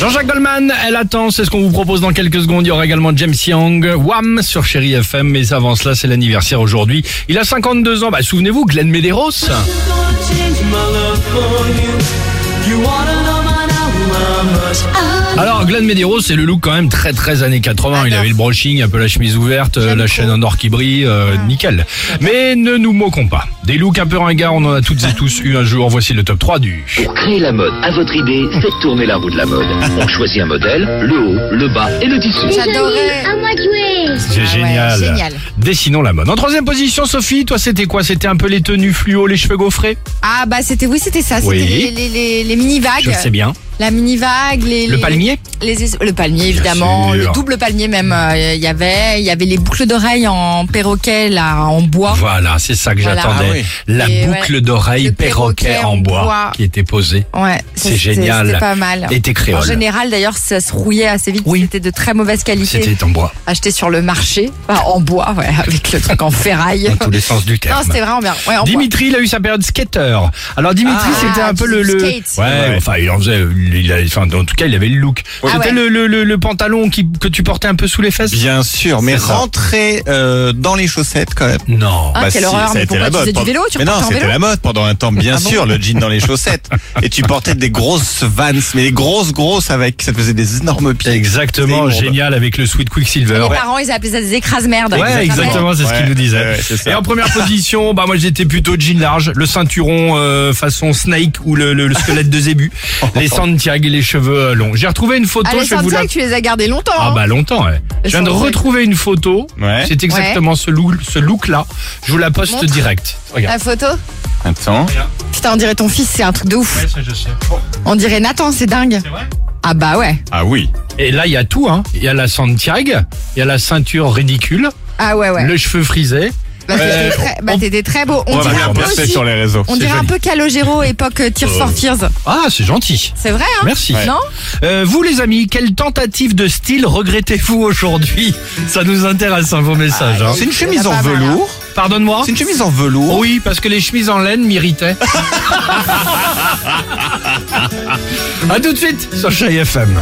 Jean-Jacques Goldman, elle attend, c'est ce qu'on vous propose dans quelques secondes. Il y aura également James Young, Wham sur Chéri FM, mais avant cela, c'est l'anniversaire aujourd'hui. Il a 52 ans, bah, souvenez-vous, Glenn Medeiros. Alors Glenn Medeiros, c'est le look quand même très très années 80. Il avait le brushing, un peu la chemise ouverte, euh, la chaîne en or qui brille, euh, nickel. Mais ne nous moquons pas. Des looks un peu ringards, on en a toutes et tous eu un jour. Voici le top 3 du... Pour créer la mode à votre idée, faites tourner la roue de la mode. On choisit un modèle, le haut, le bas et le tissu. J'adorais. À moi de jouer. C'est Ah ouais, génial. génial. Dessinons la mode. En troisième position, Sophie, toi c'était quoi C'était un peu les tenues fluo, les cheveux gaufrés Ah bah c'était oui c'était ça, c'était Oui. les, les, les, les mini Je le sais vagues, bien. la mini vague, les, Le Ah, les- palmier les es- le palmier évidemment, sûr. le double palmier même. euh, Il y avait il y avait les boucles d'oreilles en perroquet là en bois. Voilà, c'est ça que Voilà. j'attendais. Ah oui. La Et boucle ouais. d'oreille Le perroquet, en bois, qui était posée. Ouais, C'est ça, c'était- génial. C'était pas mal. Était En créole. général d'ailleurs ça se rouillait assez vite. Oui. C'était de très mauvaise qualité. C'était en bois, Acheté sur le marché enfin, en bois ouais, avec le truc en ferraille. dans tous les sens du non terme. c'était vraiment bien. Ouais, en bois. Dimitri, il a eu sa période skater. Alors Dimitri, Ah, c'était un peu le, le- skate. Ouais, enfin, il en faisait, il a- enfin, en tout cas, il avait le look. C'était Ah ouais. le, le- le- le pantalon qui, que tu portais un peu sous les fesses. Bien sûr, mais C'est ça. rentrer euh, dans les chaussettes quand même. Bah Non. Ah, quelle horreur, ça a mais été pourquoi la tu mode faisais du pendant- vélo, tu Mais non, repartais en c'était vélo Ah la mode pendant un temps, bien sûr, le jean dans les chaussettes. Et tu portais des grosses Vans, mais des grosses, grosses avec, ça te faisait des énormes pieds. Exactement, C'était immonde. génial avec le Sweet Les Quicksilver. parents ils appelaient ça des Ah, écrases merdes. Ouais, exactement, c'est ce qu'il Ouais, nous disait. ouais, c'est ça. et en première position, bah moi j'étais plutôt jean large, le ceinturon euh, façon Snake ou le, le- le squelette de Zébu, les Santiago et les cheveux euh, longs. J'ai retrouvé une photo, Ah, les je vais vous la Santiago, tu les as gardés longtemps. Ah hein. bah longtemps ouais. Je viens de Santiago. retrouver une photo. Ouais. C'est exactement ce look ce look là. Je vous la poste Montre. direct. Regarde. La photo Attends. Putain, on dirait ton fils, c'est un truc de ouf. ça je sais. On dirait Nathan, c'est dingue. vrai Ah bah ouais. Ah oui. Et là il y a tout hein. Il y a la Santiago, il y a la ceinture ridicule, Ah ouais, ouais. le cheveu frisé. Bah Euh, t'étais très, bah, on- t'étais très beau. On bah, On va dirait bien un peu poster aussi. sur les réseaux. On C'est dirait un joli. peu Calogero époque euh, Tears for Fears. Ah c'est gentil. C'est vrai, hein Merci. Non Euh, vous les amis, quelle tentative de style regrettez-vous aujourd'hui Ça nous intéresse hein, vos messages. hein. C'est une chemise en Ah, bah, voilà. velours. Pardonne-moi. C'est une chemise en velours. Oui, parce que les chemises en laine m'irritaient. A tout de suite sur Chai FM.